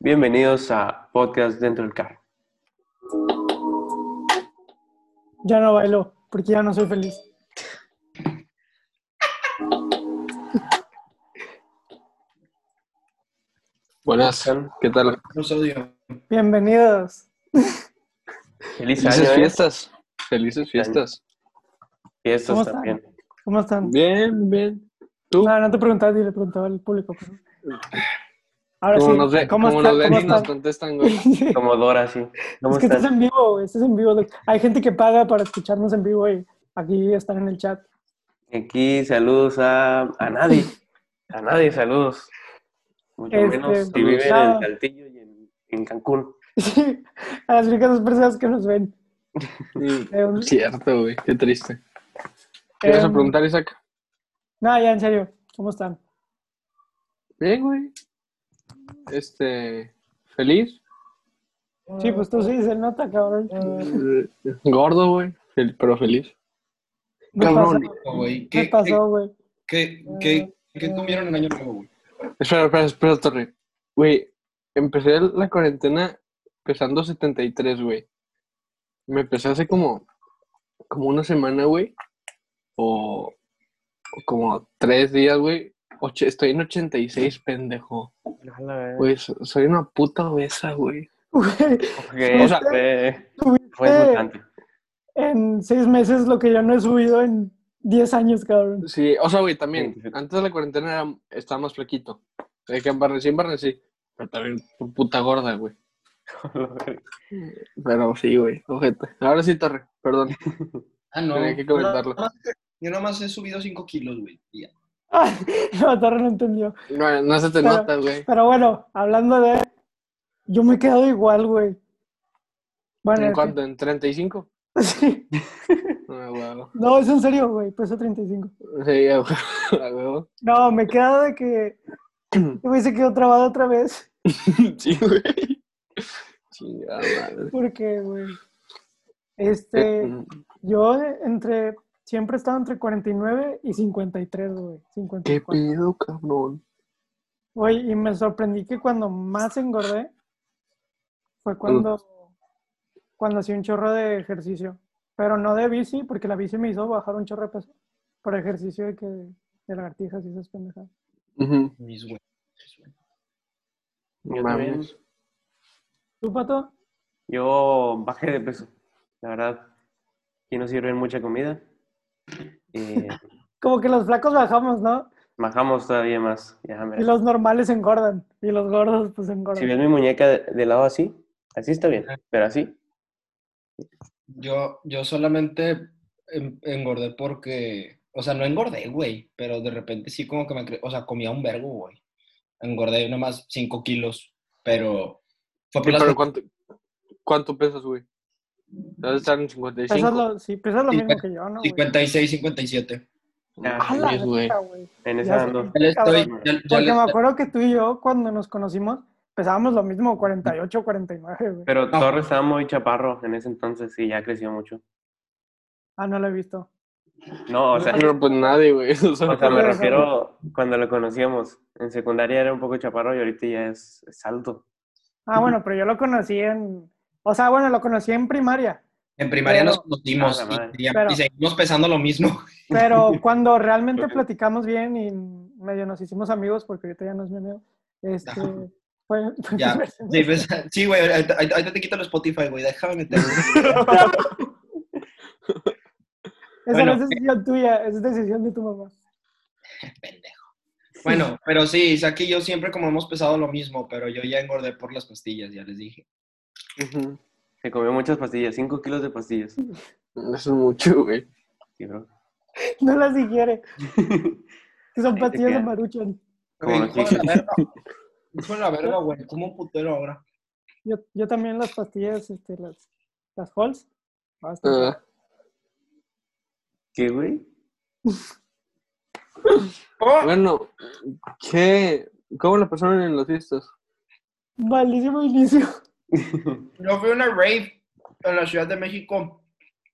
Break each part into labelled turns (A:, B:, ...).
A: Bienvenidos a Podcast Dentro del Carro.
B: Ya no bailo, porque ya no soy feliz.
C: Buenas, ¿qué tal?
D: Los odio.
B: Bienvenidos.
A: Feliz año,
C: Felices
A: ¿eh?
C: fiestas. Felices fiestas.
A: Fiestas
B: ¿Cómo están?
A: también.
B: ¿Cómo están? Ah,
C: Bien, bien. ¿Tú?
B: No, no te preguntaba ni le preguntaba al público. pero- Ahora
C: ¿Cómo
B: sí,
C: nos, ve-
B: ¿cómo,
C: cómo
B: está-
C: nos ven
B: cómo
C: y nos
B: están?
C: contestan? güey?
A: Como Dora, sí. ¿Cómo
B: Es que estás
A: están?
B: en vivo, güey, estás en vivo. güey. Hay gente que paga para escucharnos en vivo y aquí están en el chat.
A: Aquí saludos a, a nadie. A nadie, saludos. Mucho
B: Este,
A: menos si viven
B: ah.
A: en Saltillo y en, en Cancún.
B: Sí, a las únicas dos personas que nos ven. Eh, un-
C: Mm, Cierto, güey. Qué triste. ¿Quieres
B: em,
C: preguntar, Isaac?
B: No, ya en serio, ¿cómo están?
C: Bien, güey. Este. ¿Feliz?
B: Sí, pues tú sí, se nota, cabrón.
D: Eh,
B: Mm.
C: Gordo, güey. fel- Pero feliz.
B: Me pasó,
C: Cabrón.
D: Güey,
B: me
D: ¿Qué,
B: pasó, güey.
D: qué, qué, qué, qué comieron en Año Nuevo, güey?
C: Espera, espera, espera, Torre. Güey, empecé la cuarentena pesando 73, güey. Me pesé hace como, como una semana, güey. O, o como tres días, güey. Och- estoy en 86, pendejo.
B: Pues,
C: Güey, so- soy una puta obesa, güey.
B: Güey,
A: Porque
C: o sea,
A: fue, fue
B: subiste
A: insultante.
B: en seis meses lo que yo no he subido en diez años, cabrón.
C: Sí, o sea, güey, también.
A: Sí, sí.
C: Antes de la cuarentena era- estaba más flaquito. De que en Barre- sí, en Barre sí. Pero también pu- puta gorda, güey. Pero sí, güey, ojete. Ahora sí, Torre, perdón.
D: Ah, no.
C: Tenía que
D: Yo nada
C: comentarlo.
D: más- Yo nada más he subido 5 kilos, güey. y ya.
B: Ah, no, Torre no entendió.
C: No, no se te
B: Pero-
C: nota, güey.
B: Pero bueno, hablando de... Yo me he quedado igual, güey. Bueno,
C: ¿En cuánto? ¿En 35?
B: sí.
C: Ah, huevo.
B: No, es en serio, güey. Peso 35.
C: Sí, a huevo. a huevo.
B: No, me he quedado de que... Este güey se quedó trabado otra vez.
C: Sí, güey. Chingada madre.
B: Porque, güey...
C: Eh,
B: Este...
C: mm,
B: Yo entre... Siempre he estado entre 49 y 53, güey.
C: ¿Qué
B: 54.
C: pedo, cabrón?
B: Güey, y me sorprendí que cuando más engordé fue cuando, cuando hacía un chorro de ejercicio. Pero no de bici, porque la bici me hizo bajar un chorro de peso. Por ejercicio de que de lagartijas y esas pendejadas.
C: Ujú.
D: Mis güey.
A: Yo
C: Mames.
A: también.
B: ¿Tú, Pato?
A: Yo bajé de peso. La verdad, aquí no sirven mucha comida. Eh,
B: Como que los flacos bajamos, ¿no?
A: bajamos todavía más. Ya, mira.
B: Y los normales engordan. Y los gordos, pues
A: Si
B: engordan.
A: ves mi muñeca de, de lado así, así está bien, pero así.
D: Yo, yo solamente en- engordé porque. O sea, no engordé, güey. Pero de repente sí, como que me. cre- O sea, comía un vergo, güey. Engordé nomás 5 kilos. Pero. Fue por
C: Sí,
D: las-
C: pero ¿cuánto, ¿cuánto pesas, güey? Debes estar en 55.
B: Pesas lo, sí, pesas lo mismo que yo, ¿no? güey?
D: 56, 57.
A: Ya,
B: A la
C: Diez, güey.
B: verga, güey.
A: En
B: Ya
A: esa
B: sé.
A: ando.
D: Ya le estoy.
B: Cabrón.
D: ya- ya
B: Porque
D: le-
B: me acuerdo que tú y yo, cuando nos conocimos, pesábamos lo mismo, 48, 49, güey.
A: Pero
D: No.
A: Torres estaba muy chaparro en ese entonces y ya creció mucho.
B: Ah, no lo he visto.
A: No, o sea,
C: Pero pues nadie, güey. O sea,
A: o sea, me
B: Pero-
A: refiero cuando lo conocíamos. En secundaria era un poco chaparro y ahorita ya es, es alto.
B: Ah, bueno, pero yo lo conocí en. O sea, bueno, lo conocí en primaria.
D: En primaria
B: Pero-
D: nos conocimos
A: A la madre.
D: y, y-
B: Pero-
D: y seguimos pesando lo mismo.
B: Pero cuando realmente
A: Ok.
B: platicamos bien y medio nos hicimos amigos, porque ahorita ya no es mi amigo, este,
D: Ajá.
B: fue. fue
D: Ya,
B: mi
D: Sí,
B: versión.
D: pues, sí, güey, ahorita ahorita te quito el Spotify, güey, déjame meterlo.
B: Esa
D: bueno,
B: no es decisión tuya, es decisión de tu mamá.
D: Pendejo. Bueno, pero sí, Isaac y yo siempre como hemos pesado lo mismo, pero yo ya engordé por las pastillas, ya les dije.
C: Ujú.
A: Se comió muchas pastillas, 5 kilos de pastillas. Sí,
C: Eso es mucho, güey.
A: bro.
B: No las digiere. Que
A: Ahí
B: son
A: te
B: pastillas de
A: quedan.
B: maruchan.
A: Como
D: Güey,
A: aquí.
D: hijo de la verga. Hijo de la verga, güey, como un putero ahora.
B: Yo, yo también las pastillas, este, las, las Halls. Basta.
C: Ah,
A: ¿Qué, güey?
D: Oh,
C: bueno, ¿qué? ¿Cómo la pasaron en las fiestas?
B: Malísimo inicio.
D: Yo fui a una rave en la Ciudad de México,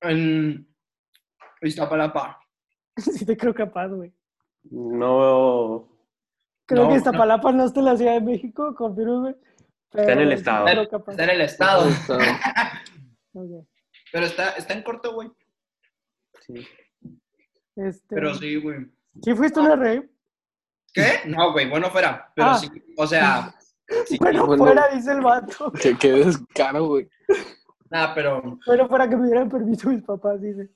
D: en Iztapalapa.
B: sí, te creo capaz, güey.
A: No,
B: Creo
D: No,
B: que
D: no.
B: Iztapalapa no está en la Ciudad de México, confírmeme.
A: Está en el estado.
B: pero capaz.
D: Está en el estado,
C: Está-
B: Ok.
D: pero está, está en corto, güey.
A: Sí.
B: Este,
D: Pero sí, güey.
B: ¿Sí fuiste una rave?
D: ¿Qué? No, güey, bueno fuera. Pero
B: Ah.
D: sí, o sea,
B: Bueno,
D: pues
C: bueno.
B: fuera, dice el vato.
C: Que qué descaro, güey.
D: nada, pero
B: Bueno, fuera que me dieran permiso mis papás, dice.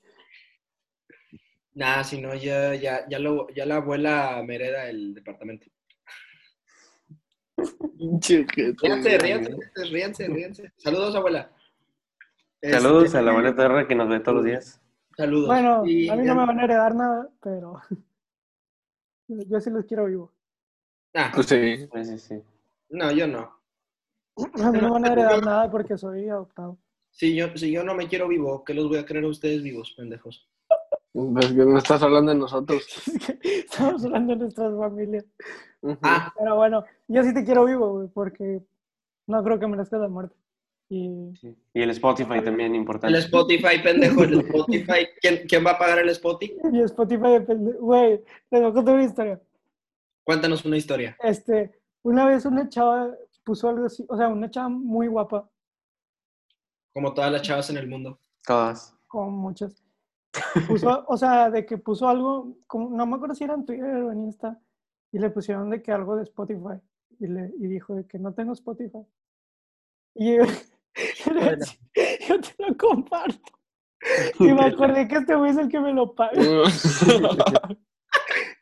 D: nada, si no, ya, ya, ya, lo, ya la abuela me hereda el departamento.
C: Pinche gente,
D: Ríanse,
C: güey.
D: ríanse, ríanse, ríanse. Saludos, abuela.
A: Saludos
D: Este,
A: a la buena torre que nos ve todos los días.
D: Saludos.
B: Bueno,
D: Y-
B: a mí no me van a heredar nada, pero yo sí los quiero vivo.
D: Ah,
C: Pues sí.
A: Sí, sí, sí.
D: no, yo no.
B: A mí no me van a heredar nada porque soy adoptado.
D: Si yo, si yo no me quiero vivo, ¿qué los voy a creer a ustedes vivos, pendejos?
C: Pues que no estás hablando de nosotros.
B: Estamos hablando de nuestras familias.
C: Ujú.
D: Ah,
B: Pero bueno, yo sí te quiero vivo, güey, porque no creo que merezcas la muerte. Y
A: sí. Y el Spotify también, importante.
D: Ah, el Spotify, pendejo, el Spotify. ¿Quién, quién va a pagar el Spotify?
B: mi Spotify depende. Güey, les voy a contar una historia.
D: Cuéntanos una historia.
B: Este, una vez una chava puso algo así, o sea, una chava muy guapa,
D: Como todas las chavas en el mundo.
A: Todas.
B: con muchas. Puso, o sea, de que puso algo, como- no me acuerdo si era en Twitter o en Insta, y le pusieron de que algo de Spotify, y, le, y dijo de que no tengo Spotify. Y yo, yo le decía, "Yo te lo comparto. Y me acordé que este güey es el que me lo paga.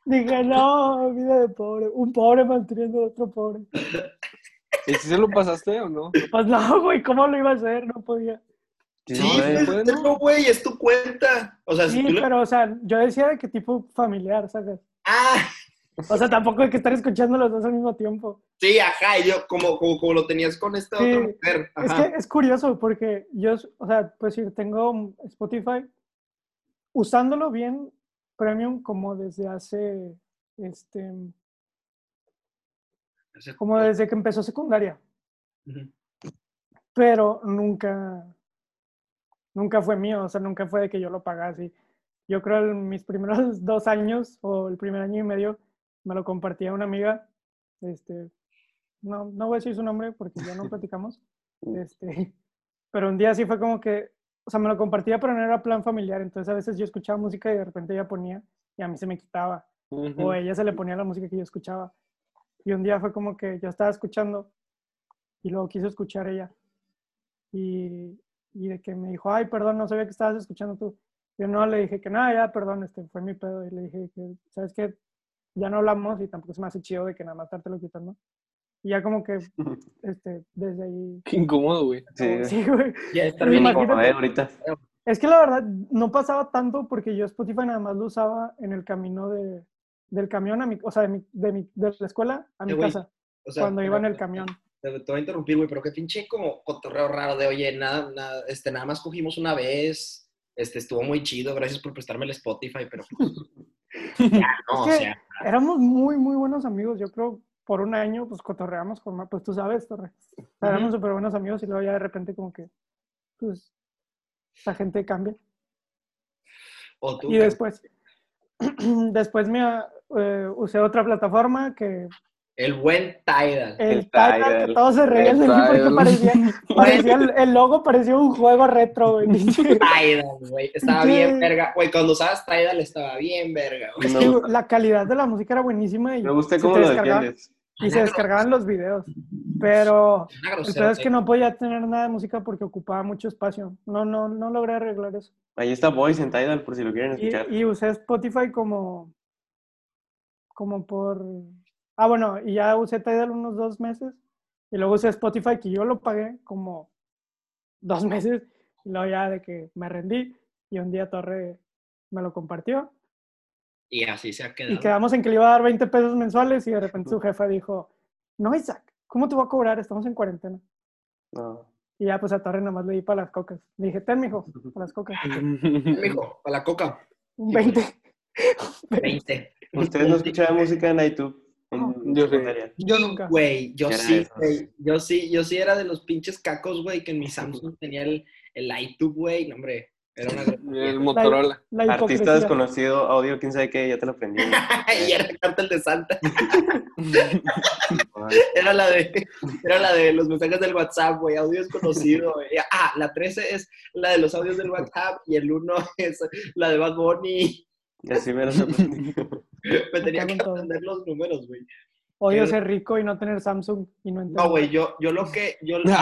B: Dije, no, vida de pobre, un pobre manteniendo a otro pobre.
C: ¿Y si se lo pasaste o no?
B: Pues no, güey, ¿cómo lo iba a hacer? No podía.
A: Sí,
D: Sí,
A: güey.
D: pues,
C: bueno.
D: tengo, güey, es tu cuenta. O sea, si
B: Sí,
D: tú le-
B: pero, o sea, yo decía de que tipo familiar, ¿sabes?
D: Ah,
B: O sea, tampoco hay que estar escuchando los dos al mismo tiempo.
D: sí, ajá, y yo, como, como, como lo tenías con esta
B: Sí.
D: otra mujer.
B: Es
D: Ajá.
B: que es curioso porque yo, o sea, pues sí, tengo Spotify usándolo bien premium como desde hace, este, como desde que empezó secundaria,
D: Ujú.
B: pero nunca, nunca fue mío, o sea, nunca fue de que yo lo pagase. Yo creo en mis primeros dos años o el primer año y medio me lo compartía una amiga, este, no, no voy a decir su nombre porque ya no platicamos, este, pero un día sí fue como que, o sea, me lo compartía pero no era plan familiar, entonces a veces yo escuchaba música y de repente ella ponía y a mí se me quitaba o ella se le ponía la música que yo escuchaba. Y un día fue como que yo estaba escuchando y luego quiso escuchar ella. Y, y de que me dijo, ay, perdón, no sabía que estabas escuchando tú. Yo no le dije que nada, ya, perdón, este fue mi pedo. Y le dije que, ¿sabes qué? Ya no hablamos y tampoco se me hace chido de que nada más estártelo quitando. Y ya como que, este, desde ahí.
C: Qué incómodo, güey.
A: Sí,
B: Sí, güey.
D: Ya está
B: Pero
A: bien
D: bien.
B: imagínate.
A: incomodé ahorita.
B: Es que la verdad no pasaba tanto porque yo Spotify nada más lo usaba en el camino de, del camión a mi, o sea, de, mi, de, mi- de la escuela a mi
D: Eh, güey,
B: casa,
D: o sea,
B: cuando iba en el camión.
D: Te, te voy a interrumpir, güey, pero qué pinche como cotorreo raro de, oye, nada, nada, este, nada más cogimos una vez, este, estuvo muy chido, gracias por prestarme el Spotify, pero... ya,
B: Es
D: no, o
B: que-
D: sea,
B: Éramos muy, muy buenos amigos. Yo creo por un año pues cotorreamos con, ma- pues tú sabes, Torre. O sea, Éramos súper buenos amigos y luego ya de repente como que, pues, la gente cambia.
D: o tú...
B: Y después, después me ah, eh, usé otra plataforma que
D: El buen Tidal.
B: El
A: El
B: Tidal, que
A: Tidal.
B: todos se reían de mí porque
C: Tidal.
B: parecía, parecía el, el logo parecía un juego retro, güey. Sí,
D: Tidal, güey, estaba
B: Sí.
D: bien verga. Güey, cuando usabas Tidal estaba bien verga, güey.
A: Me gusta,
B: güey, La calidad de la música era buenísima y,
A: me gusta
B: si
A: cómo
B: te
A: lo
B: descargaba-
A: defiendes.
B: y se descargaban los videos. Pero
D: Una
B: el
D: grosera.
B: peor es que no podía tener nada de música porque ocupaba mucho espacio. No, no, no logré arreglar eso.
A: Ahí está Voice en Tidal por si lo quieren
B: Y,
A: escuchar.
B: y usé Spotify como, como por... Ah, bueno, y ya usé Tidal unos dos meses. Y luego usé Spotify, que yo lo pagué como dos meses. Y luego ya de que me rendí. Y un día Torre me lo compartió.
D: Y así se ha quedado.
B: Y quedamos en que le iba a dar 20 pesos mensuales. Y de repente su jefa dijo, no, Isaac, ¿cómo te voy a cobrar? Estamos en cuarentena.
A: No.
B: Y ya pues a Torre nomás le di para las cocas. Le dije, ten, mijo, para las cocas.
D: Mijo, para la coca,
B: Un 20.
D: 20.
A: Ustedes no escuchaban
B: Este,
A: música en iTunes.
B: oh,
A: En
C: Yo sí.
A: secundaria.
D: Yo
B: Nunca.
D: Güey, yo
A: Era
D: sí,
A: eso.
D: güey. Yo sí, yo sí era de los pinches cacos, güey, que en mi Samsung tenía el, el iTunes, güey. No, hombre. Era una gran...
C: El Motorola.
B: La
A: Artista
B: hipocresía.
A: desconocido, audio, quién sabe qué, ya te lo aprendí.
D: y era el cártel de Santa. Era la de, era la de los mensajes del WhatsApp, güey. Audio desconocido, güey. Ah, la 13 es la de los audios del WhatsApp y el 1 es la de Bad Bunny.
A: Y así me lo aprendí.
D: Me tenía que
B: cago en todo.
D: aprender los números, güey.
B: Odio ser rico y no tener Samsung y no entender.
D: No, güey, yo, yo lo que, yo, yo,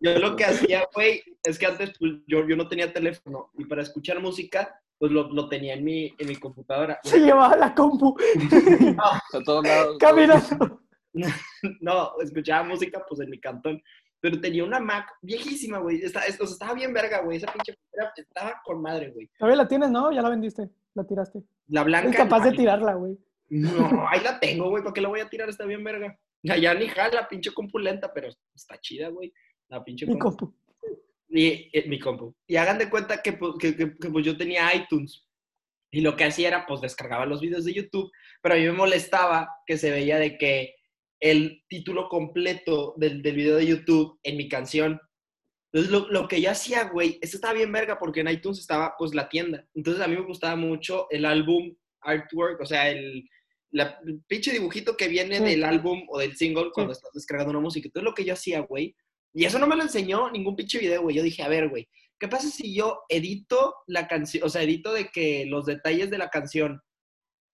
D: yo lo que hacía, güey, es que antes pues, yo, yo no tenía teléfono y para escuchar música, pues lo, lo tenía en mi, en mi computadora.
B: Se llevaba la compu
C: A todos lados.
B: caminando.
D: No, escuchaba música, pues en mi cantón. Pero tenía una Mac viejísima, güey. Está- es- o sea, estaba bien verga, güey. Esa pinche era- estaba con madre, güey.
B: Todavía la tienes, ¿no? Ya la vendiste. La tiraste.
D: La
B: Eres
D: blanca.
B: capaz de
D: no,
B: tirarla, güey.
D: No, ahí la tengo, güey. ¿Para qué la voy a tirar? Está bien verga. Allá ni jala, pinche compulenta, pero está chida, güey. La pinche
B: Mi
D: compu.
B: compu.
D: Y, eh, mi compu. Y hagan de cuenta que, pues, que- que- que, pues, yo tenía iTunes. Y lo que hacía era, pues, descargaba los videos de YouTube. Pero a mí me molestaba que se veía de que el título completo del, del video de YouTube en mi canción. Entonces, lo, lo que yo hacía, güey, esto estaba bien verga porque en iTunes estaba, pues, la tienda. Entonces, a mí me gustaba mucho el álbum artwork, o sea, el, la- el pinche dibujito que viene
B: Sí.
D: del álbum o del single cuando estás descargando una música. Entonces, lo que yo hacía, güey, y eso no me lo enseñó ningún pinche video, güey. Yo dije, a ver, güey, ¿qué pasa si yo edito la canción, o sea, edito de que los detalles de la canción,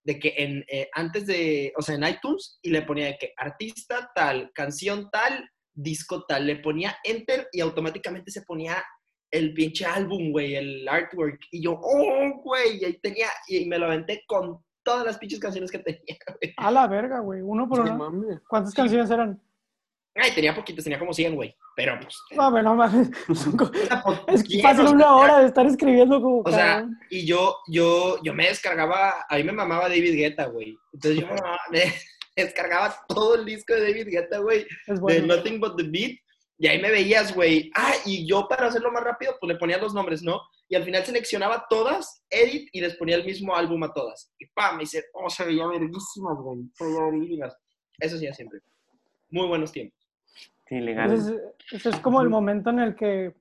D: de que en, eh, antes de, o sea, en iTunes, y le ponía de que artista tal, canción tal, disco tal, le ponía enter y automáticamente se ponía el pinche álbum, güey, el artwork. Y yo, oh, güey, y ahí tenía, y me lo aventé con todas las pinches canciones que tenía.
B: A la verga, güey. Uno por
C: No
B: uno.
C: mames.
B: ¿Cuántas canciones eran?
D: Ay, tenía poquitas, tenía como 100, güey, pero pues...
B: No, güey, no mames.
D: era
B: Es que
D: poquito,
B: fácil
D: o sea,
B: una hora de estar escribiendo como.
D: O sea,
B: cabrón.
D: Y yo, yo, yo me descargaba, a mí me mamaba David Guetta, güey. Entonces yo me, mamaba- me descargaba todo el disco de David Guetta, güey,
B: es
D: de
B: bueno.
D: Nothing But The Beat. Y ahí me veías, güey. Ah, y yo para hacerlo más rápido, pues le ponía los nombres, ¿no? Y al final seleccionaba todas, edit, y les ponía el mismo álbum a todas. Y pam, me dice, oh, se veía verguísimas, güey. Se veía verguísimas. Eso sí, siempre. Muy buenos tiempos.
A: Qué ilegal.
B: Entonces, ese es como el momento en el que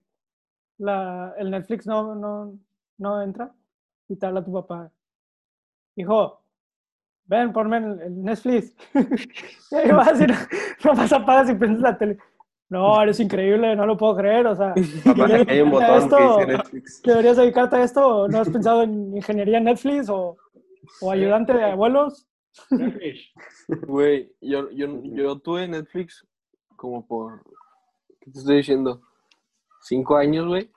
B: la, el Netflix no, no, no entra y te habla tu papá. Hijo, ven, ponme el, el Netflix. y ahí vas y no, nomás apagas y prendes la tele. No, eres increíble, no lo puedo creer. O sea,
A: Papá, aquí hay un botón
B: Esto-
A: que dice Netflix.
B: ¿deberías dedicarte a esto? ¿O ¿No has pensado en ingeniería en Netflix o, o ayudante de abuelos?
C: Güey, yo, yo, yo tuve Netflix como por, ¿qué te estoy diciendo? Cinco años, güey.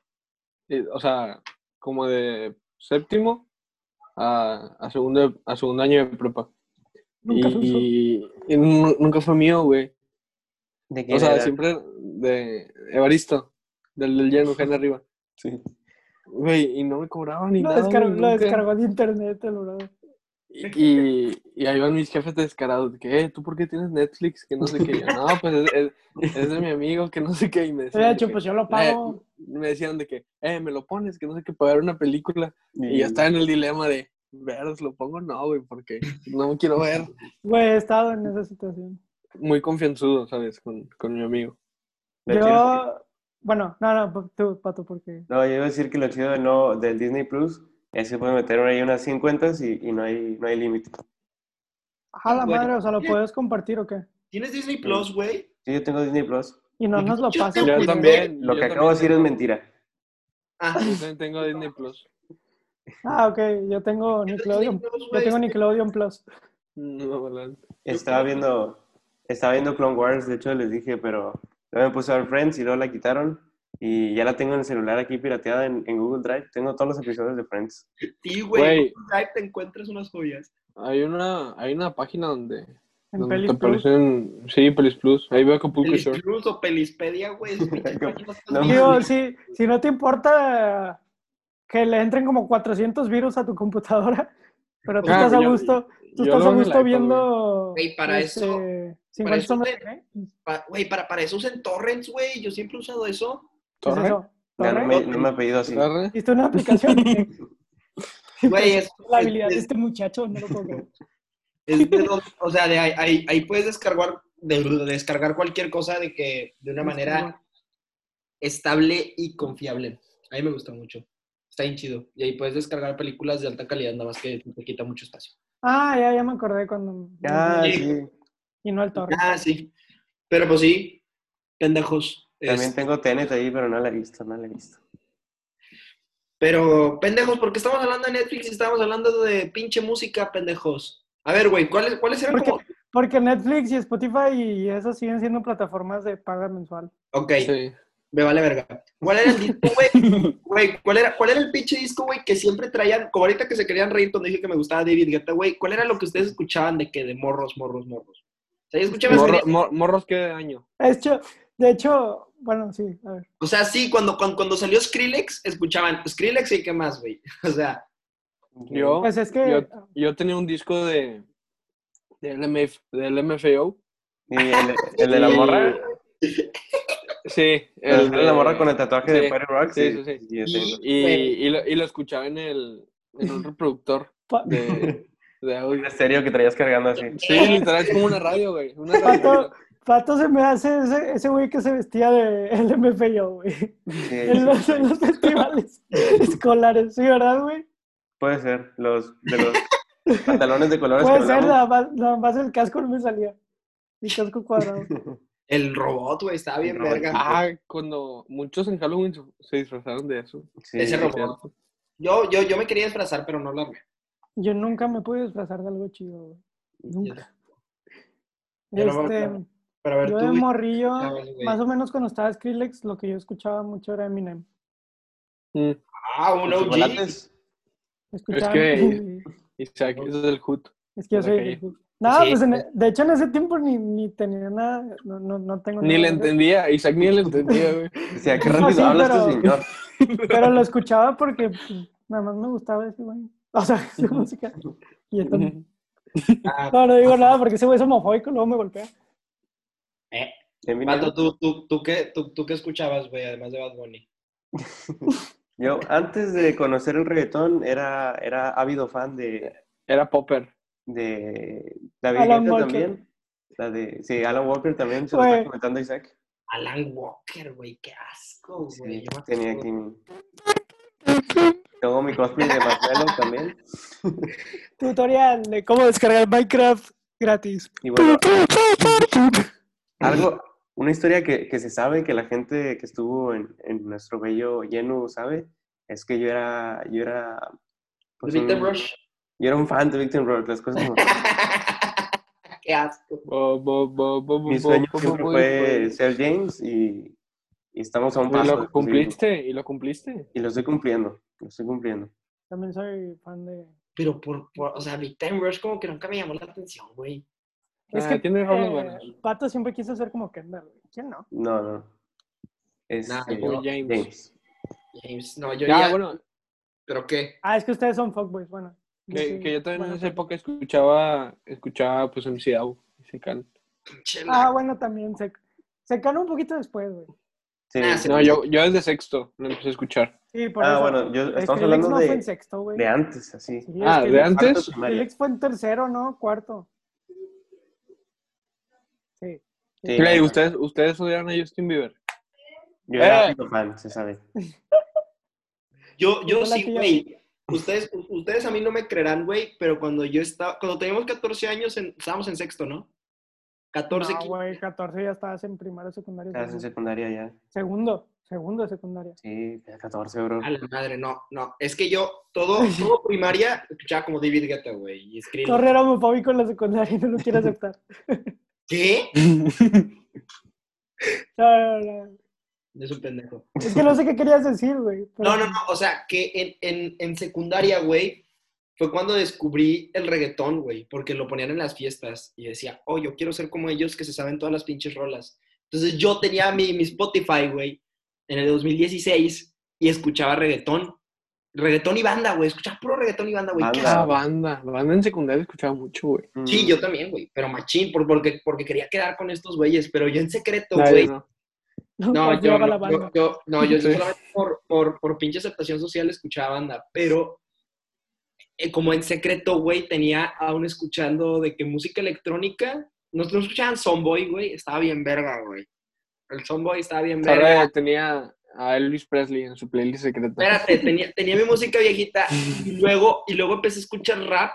C: Eh, O sea, como de séptimo a, a, segundo, de- a segundo año de prepa.
B: Nunca se usó.
C: y, y nu- nunca fue mío, güey.
A: ¿De quién
C: O sea,
A: era?
C: siempre de Evaristo, del, del llano, Jaén arriba.
A: Sí.
C: Güey, y no me cobraban ni
B: Lo,
C: nada.
B: descargó,
C: güey,
B: lo
C: nunca.
B: descargó de internet, el brother.
C: Y, y ahí van mis jefes descarados, de que, "Eh, ¿tú por qué tienes Netflix? Que no sé qué. Y yo, no, pues es, es- es de mi amigo, que no sé qué. Y me decían,
B: Hubiera
C: de
B: dicho,
C: que-
B: pues yo lo
C: me-
B: pago.
C: me, decían de que, eh, me lo pones, que no sé qué, pagar una película. Y yo
A: Y-
C: estaba en el dilema de, veros, lo pongo, no, güey, porque no me quiero ver.
B: Güey, he estado en esa situación.
C: Muy confianzudo, ¿sabes? Con, con mi amigo.
A: Lo chido-
B: Yo, bueno, no, no, pa- tú, Pato, porque
A: No, yo iba a decir que lo chido de no, del Disney Plus es que puedes meter ahí unas 100 cuentas y, y no hay, no hay límite.
B: a la
D: Bueno.
B: madre, o sea, ¿lo puedes compartir o qué?
D: ¿Tienes Disney Plus, güey?
A: Sí, yo tengo Disney Plus.
B: Y no nos lo
D: Yo
B: pasas.
D: tengo
C: Yo
B: güey.
D: Disney.
C: también.
A: Lo
C: yo
A: que acabo de decir es
C: también
A: mentira.
D: Ah,
C: tengo- Yo también tengo Disney Plus.
B: Ah, ok, yo tengo
D: ¿tienes Disney
B: Nickelodeon.
D: Plus,
B: Yo
D: güey?
B: tengo Nickelodeon Plus.
C: No, la-
A: Estaba viendo, estaba viendo Clone Wars, de hecho les dije, pero luego me puse a ver Friends y luego la quitaron. Y ya la tengo en el celular aquí pirateada en, en Google Drive. Tengo todos los episodios de Friends.
D: Sí, güey.
C: Güey,
D: Drive te encuentras unas joyas.
C: hay una, hay una página donde,
B: En
C: donde te
B: Pelis Plus.
C: aparecen, sí, Pelis Plus. Ahí veo Acapulco
D: Pelis
C: Shore.
D: Plus o Pelispedia, güey. esos pinches
A: Como-
D: páginas
A: no,
D: tan-
B: Digo, si, si no te importa que le entren como 400 virus a tu computadora, pero tú
C: Ah,
B: estás a
C: yo-
B: gusto, tú
C: yo
B: estás a
C: lo veo en el
B: gusto
C: iPhod,
B: viendo...
D: Güey, para eso-
B: 50
D: para eso
B: sombras,
D: te-
B: ¿eh? ¿Qué
D: Pa- Güey, para, para eso usan torrents, güey. Yo siempre he usado eso.
B: es
C: ¿Torre?
B: eso?
A: Ya no
B: ¿Torre?
A: me, no me ha pedido así.
C: Torre.
B: ¿Hiciste una aplicación? Pues,
D: Güey, es,
B: La habilidad de
D: es-
B: este muchacho, no lo puedo creer.
D: es de los- o sea, de ahí, ahí- ahí puedes descargar, de- descargar cualquier cosa de que de una manera estable y confiable. A mí me gusta mucho. Está bien chido. Y ahí puedes descargar películas de alta calidad, nada más que te quita mucho espacio.
B: Ah, ya, ya me acordé cuando.
A: Ah,
D: Sí.
A: sí.
B: Y no el torre.
D: Ah, sí. Pero pues sí, pendejos.
A: También
D: Es-
A: tengo Tenet ahí, pero no la he visto, no la he visto.
D: Pero, pendejos, porque estamos hablando de Netflix y estamos hablando de pinche música, pendejos. A ver, güey, ¿cuáles, ¿cuáles eran
B: ¿Por qué?
D: como...?
B: Porque Netflix y Spotify y esas siguen siendo plataformas de paga mensual.
D: Ok,
C: Sí.
D: me vale verga. ¿Cuál era el disco, güey? Güey, ¿cuál era, ¿cuál era el pinche disco, güey, que siempre traían? Como ahorita que se querían reír cuando dije que me gustaba David Guetta, güey. ¿Cuál era lo que ustedes escuchaban de que de morros, morros, morros? O sea, yo escuché más
C: Morro- mor- morros qué año.
B: De hecho, de hecho, bueno, sí, a ver.
D: O sea, sí, cuando, cuando, cuando salió Skrillex, escuchaban Skrillex y qué más, güey. O sea,
C: Yo,
B: Pues es que
C: yo, yo tenía un disco de, de, LMF de LMFAO.
A: Y el, el de la morra,
C: Sí.
A: el de Ah, la morra con el tatuaje de
C: sí,
A: Fire Rock.
C: sí, sí, sí.
A: yo tengo.
C: Y, y, lo, y lo escuchaba en, el, en un reproductor
B: Pa-
C: de, de audio.
A: Un estéreo que traías cargando así.
C: Sí, literal, es como una radio, güey. Una radio.
B: Pato, Pato se me hace ese, ese güey que se vestía de LMFAO, güey.
A: Sí,
B: En
A: sí,
B: los, en los festivales escolares, ¿sí, verdad, güey?
A: Puede ser. Los, de los pantalones de colores
B: Puede
A: que
B: ser,
A: hablamos.
B: nada más, nada más el casco no me salía. Mi casco cuadrado.
D: el robot, güey, estaba bien
A: El robot.
D: verga.
C: Ah, cuando muchos en Halloween se- se disfrazaron de eso.
A: Sí, sí,
D: Ese robot.
A: cierto.
D: Yo, yo, yo me quería disfrazar, pero no lo armé.
B: Yo nunca me pude disfrazar de algo chido, güey. Nunca.
D: Yo no me acuerdo.
B: Este,
D: Pero a ver,
B: yo
D: tú,
B: de
D: güey.
B: morrillo,
D: A ver, güey.
B: más o menos cuando estaba Skrillex, lo que yo escuchaba mucho era Eminem.
C: Mm,
D: Ah, un
A: ¿Los
D: OG.
A: chocolates?
B: Escuchaba
C: que- Isaac, ese es el hood.
B: Es que yo
C: de la
B: soy.
C: calle.
B: No,
D: Sí.
B: pues en e- de hecho en ese tiempo ni, ni tenía nada. No, no, no tengo
C: Ni le
B: nada.
C: entendía, Isaac ni le entendía, güey.
A: Decía, qué
B: No,
A: rápido
B: sí,
A: habla
B: pero-
A: este señor.
B: Pero lo escuchaba porque pues, nada más me gustaba ese güey. O sea, su música. Y yo también.
D: Ah,
B: No, no digo nada porque ese güey es homofóbico, luego me golpea.
D: eh.
A: Eminem.
D: Vato, ¿tú, tú, tú, qué, tú, ¿tú qué escuchabas, güey, además de Bad Bunny?
A: Yo antes de conocer el reggaetón era, era ávido fan de,
C: Era Popper.
A: de David
B: Alan
A: Guetta
B: Walker.
A: también. La de, sí, Alan Walker también, se lo
B: Güey.
A: está comentando Isaac.
D: Alan Walker, güey, qué asco,
A: Sí,
D: güey. Yo me
A: tenía
D: acuerdo.
A: aquí mi... Tengo mi cosplay de Marcelo también.
B: Tutorial de cómo descargar Minecraft gratis.
A: Y bueno, algo, una historia que, que se sabe, que la gente que estuvo en, en nuestro bello lleno sabe, es que yo era, yo era... pues,
D: The Victim
A: un-
D: Rush.
A: Yo era un fan de Victim Rock, las cosas como...
D: qué asco.
C: Bo, bo, bo, bo, bo,
A: Mi sueño
C: bo,
A: siempre
C: bo,
A: fue
C: bo.
A: ser James y, y estamos a un
C: Y
A: paso.
C: lo
A: de
C: cumpliste, y lo cumpliste.
A: conseguirlo. Y lo estoy cumpliendo, lo estoy cumpliendo.
B: También soy fan de.
D: Pero por, por, o sea, Victim Rush como que nunca me llamó la atención, güey.
C: Ah, tiene rolas buenas.
B: eh, Pato siempre quiso ser como Kendall. güey. ¿Quién no?
A: No, no. Es
D: Nah,
A: eh,
C: como
A: James.
C: James.
D: James, no, yo
C: Ah,
D: ya,
C: bueno,
D: ¿pero qué?
B: Ah, es que ustedes son fuckboys. Bueno.
C: que,
B: sí,
C: que yo también
B: bueno,
C: en esa época escuchaba, escuchaba pues MC Dao, ese cal.
D: Pinche
B: Ah,
D: la-
B: bueno, también. Se, se caló un poquito después, güey.
A: Sí.
D: Ah, sí.
C: No, yo, yo desde sexto lo empecé a escuchar.
B: Sí, por
A: Ah,
B: eso.
A: bueno, yo-
B: Skrillex
A: estamos hablando
B: no
A: de-
B: fue en sexto, güey.
A: De antes, así.
B: Sí,
C: Ah,
B: Skrillex-
C: de antes.
A: Primaria.
B: Skrillex fue en tercero, ¿no? Cuarto. Sí.
A: Sí,
C: Clay, ustedes, ustedes odiaron a Justin Bieber.
A: Yo era
C: Eh.
A: un fan, se sabe.
D: Yo, yo
B: Ojalá
D: sí,
B: que ya-
D: güey. Ustedes, ustedes a mí no me creerán, güey, pero cuando yo estaba, cuando teníamos 14 años, en- estábamos en sexto, ¿no? 14,
B: No,
D: 15.
B: güey, 14 ya estabas en primaria, secundaria.
A: Estabas en
B: segundo.
A: secundaria ya.
B: Segundo, segundo de secundaria.
A: Sí, tenía 14, bro.
D: A la madre, no, no. Es que yo todo, todo primaria escuchaba como David Guetta, güey. Y escribí.
B: Torre era homofóbico en la secundaria y no lo quiere aceptar.
D: ¿Qué?
B: No, no, no.
D: Es un pendejo.
B: Es que no sé qué querías decir, güey. pero-
D: No, no, no. O sea, que en, en, en secundaria, güey, fue cuando descubrí el reggaetón, güey. Porque lo ponían en las fiestas. Y decía, oh, yo quiero ser como ellos que se saben todas las pinches rolas. Entonces yo tenía mi, mi Spotify, güey, en el 2016 y escuchaba reggaetón. Reggaetón y banda, güey. Escuchaba puro reggaetón y banda, güey. ¿Qué
A: Banda.
C: Ah,
D: asco.
C: banda. Banda en secundaria escuchaba mucho, güey.
A: Mm.
D: Sí, yo también, güey. Pero machín, por- porque, porque quería quedar con estos güeyes. Pero yo en secreto,
C: Nah,
D: güey.
C: yo no.
D: No,
B: Pues
D: yo,
B: llevaba la
D: no,
B: banda.
D: yo, yo- no, yo
C: Sí.
D: solamente por, por, por pinche aceptación social escuchaba banda, pero eh, como en secreto, güey, tenía aún escuchando de que música electrónica, no, no escuchaban Sonboy, güey, estaba bien verga, güey. El Sonboy estaba bien verga.
C: Ahora tenía a Elvis Presley en su playlist secreta.
D: Espérate, tenía, tenía mi música viejita y luego, y luego empecé a escuchar rap.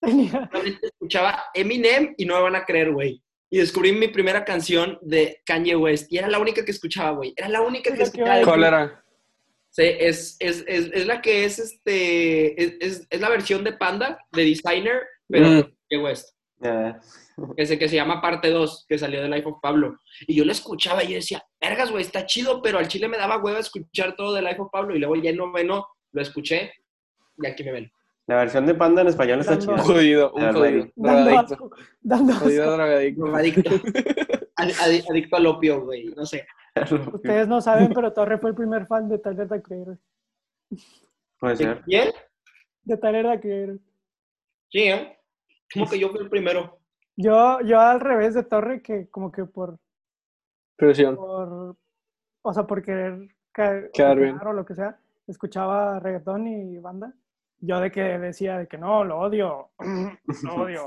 B: Tenía-
D: Realmente escuchaba Eminem y no me van a creer, güey. Y descubrí mi primera canción de Kanye West y era la única que escuchaba, güey. Era la única
B: Es
D: que
B: la que iba a
D: escuchaba.
B: decir.
C: ¿Cuál era?
D: Sí, es, es, es, es la que es este. Es, es- es la versión de Panda, de Designer, pero
C: Mm.
D: de Kanye West.
A: Ya,
D: ese que se llama Parte 2, que salió del Life of Pablo. Y yo lo escuchaba y yo decía, vergas, güey, está chido, pero al chile me daba hueva escuchar todo del Life of Pablo. Y luego ya en noveno lo escuché y aquí me ven.
A: La versión de Panda en español está
B: Dando-
A: chida.
C: Un jodido, un
A: Ah,
C: jodido.
A: güey.
B: Dando
C: Drogadicto.
B: asco. Dando
C: Jodido
B: asco.
C: drogadicto.
D: Adicto. Ad- adi- adicto al opio, güey, no sé.
B: Ustedes no saben, pero Torre fue el primer fan de Tyler The Creator.
A: Puede ser.
D: ¿Bien?
B: De Tyler The Creator.
D: Sí, ¿eh? Como que yo fui el primero.
B: Yo, yo al revés de Torre, que como que por,
C: Presión.
B: por o sea, por querer caer, o
C: Quedar
B: sea,
C: bien.
B: quedar o lo que sea, escuchaba reggaetón y banda. Yo de que decía de que no, lo odio, lo odio.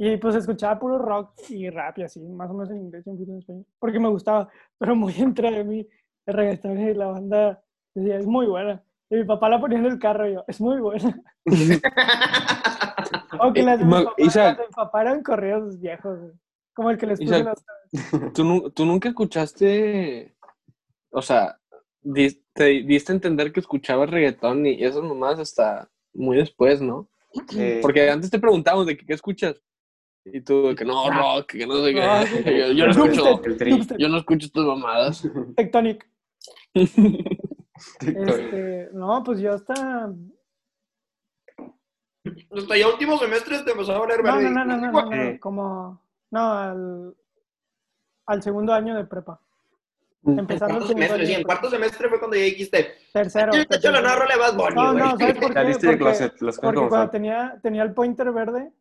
B: Y pues escuchaba puro rock y rap y así, más o menos en inglés y un poquito en español, porque me gustaba, pero muy dentro de mí el reggaetón y la banda decía, es muy buena. Y mi papá la ponía en el carro y yo, es muy buena. O que las de mi
C: Ma-
B: papá,
C: Isaac.
B: las de mi papá eran corridos viejos, güey. como el que les puse
C: Isaac.
B: la otra
C: ¿Tú, nu- tú nunca escuchaste, o sea, dis- te diste a entender que escuchabas reggaetón y eso nomás hasta muy después, ¿no?
A: Eh,
C: Porque antes te preguntábamos de que, qué escuchas. Y tú, de que no, rock, que Ah. no sé
B: Rock.
C: qué. Yo, yo no
B: Dubstep,
C: escucho,
A: el tri.
B: dubstep,
C: yo no escucho estas mamadas.
B: Tectonic.
A: TikTok.
B: Este, no, pues yo hasta. No,
D: Hasta ya último semestre te empezó a valer
B: no,
D: verga.
B: no, no, no, no, no,
A: Eh.
B: como. No, al, al segundo año de prepa.
D: En
B: Empezando el
D: cuarto
B: segundo año.
D: semestre, sí,
B: de
D: en
B: prepa.
D: cuarto semestre fue cuando ya dijiste,
B: Tercero.
D: "Yo te echo la
B: tercero.
D: narra, le vas Bunny,
B: No,
D: güey".
B: no, ¿sabes por qué?
A: Saliste de
B: Porque-
A: closet, las cosas
B: Porque
A: como
B: cuando
A: son.
B: tenía, tenía el pointer verde,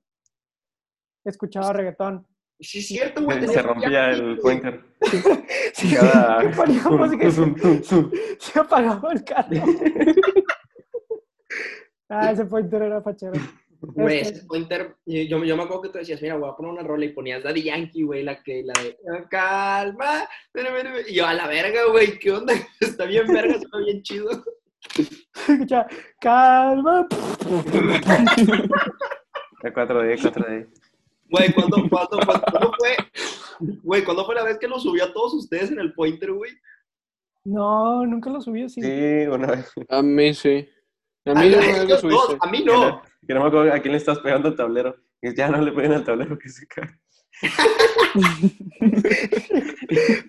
B: escuchaba reggaetón.
D: Sí, es cierto, güey.
A: Se
D: tenía-
A: rompía el pointer.
B: Sí,
A: Cada-
B: que ponía
A: Zum,
B: música y
A: zum, zum, zum.
B: se apagaba el carro. ah, ese pointer era fachero.
D: Güey,
B: Este,
D: ese pointer, eh, yo, yo me acuerdo que tú decías, mira, voy a poner una rola y ponías Daddy Yankee, güey, la que, la de "Ah, calma, tere, tere, tere". y yo a la verga, güey, ¿qué onda? Está bien verga, está bien chido.
B: escuchaba, calma.
A: De 4D, 4D.
D: Güey, ¿cuándo, cuándo, cuándo, cuándo fue? Güey, ¿cuándo fue la vez que lo subí a todos ustedes en el pointer, güey?
B: No, nunca lo subí así.
A: Sí, una vez.
C: A mí sí. A
D: A,
C: mí no
D: a
C: me lo
D: ellos dos,
C: subiste.
D: a mí no.
A: Que no me acuerdo a quién le estás pegando al tablero. Y ya no le peguen al tablero que se cae.
B: Sí, el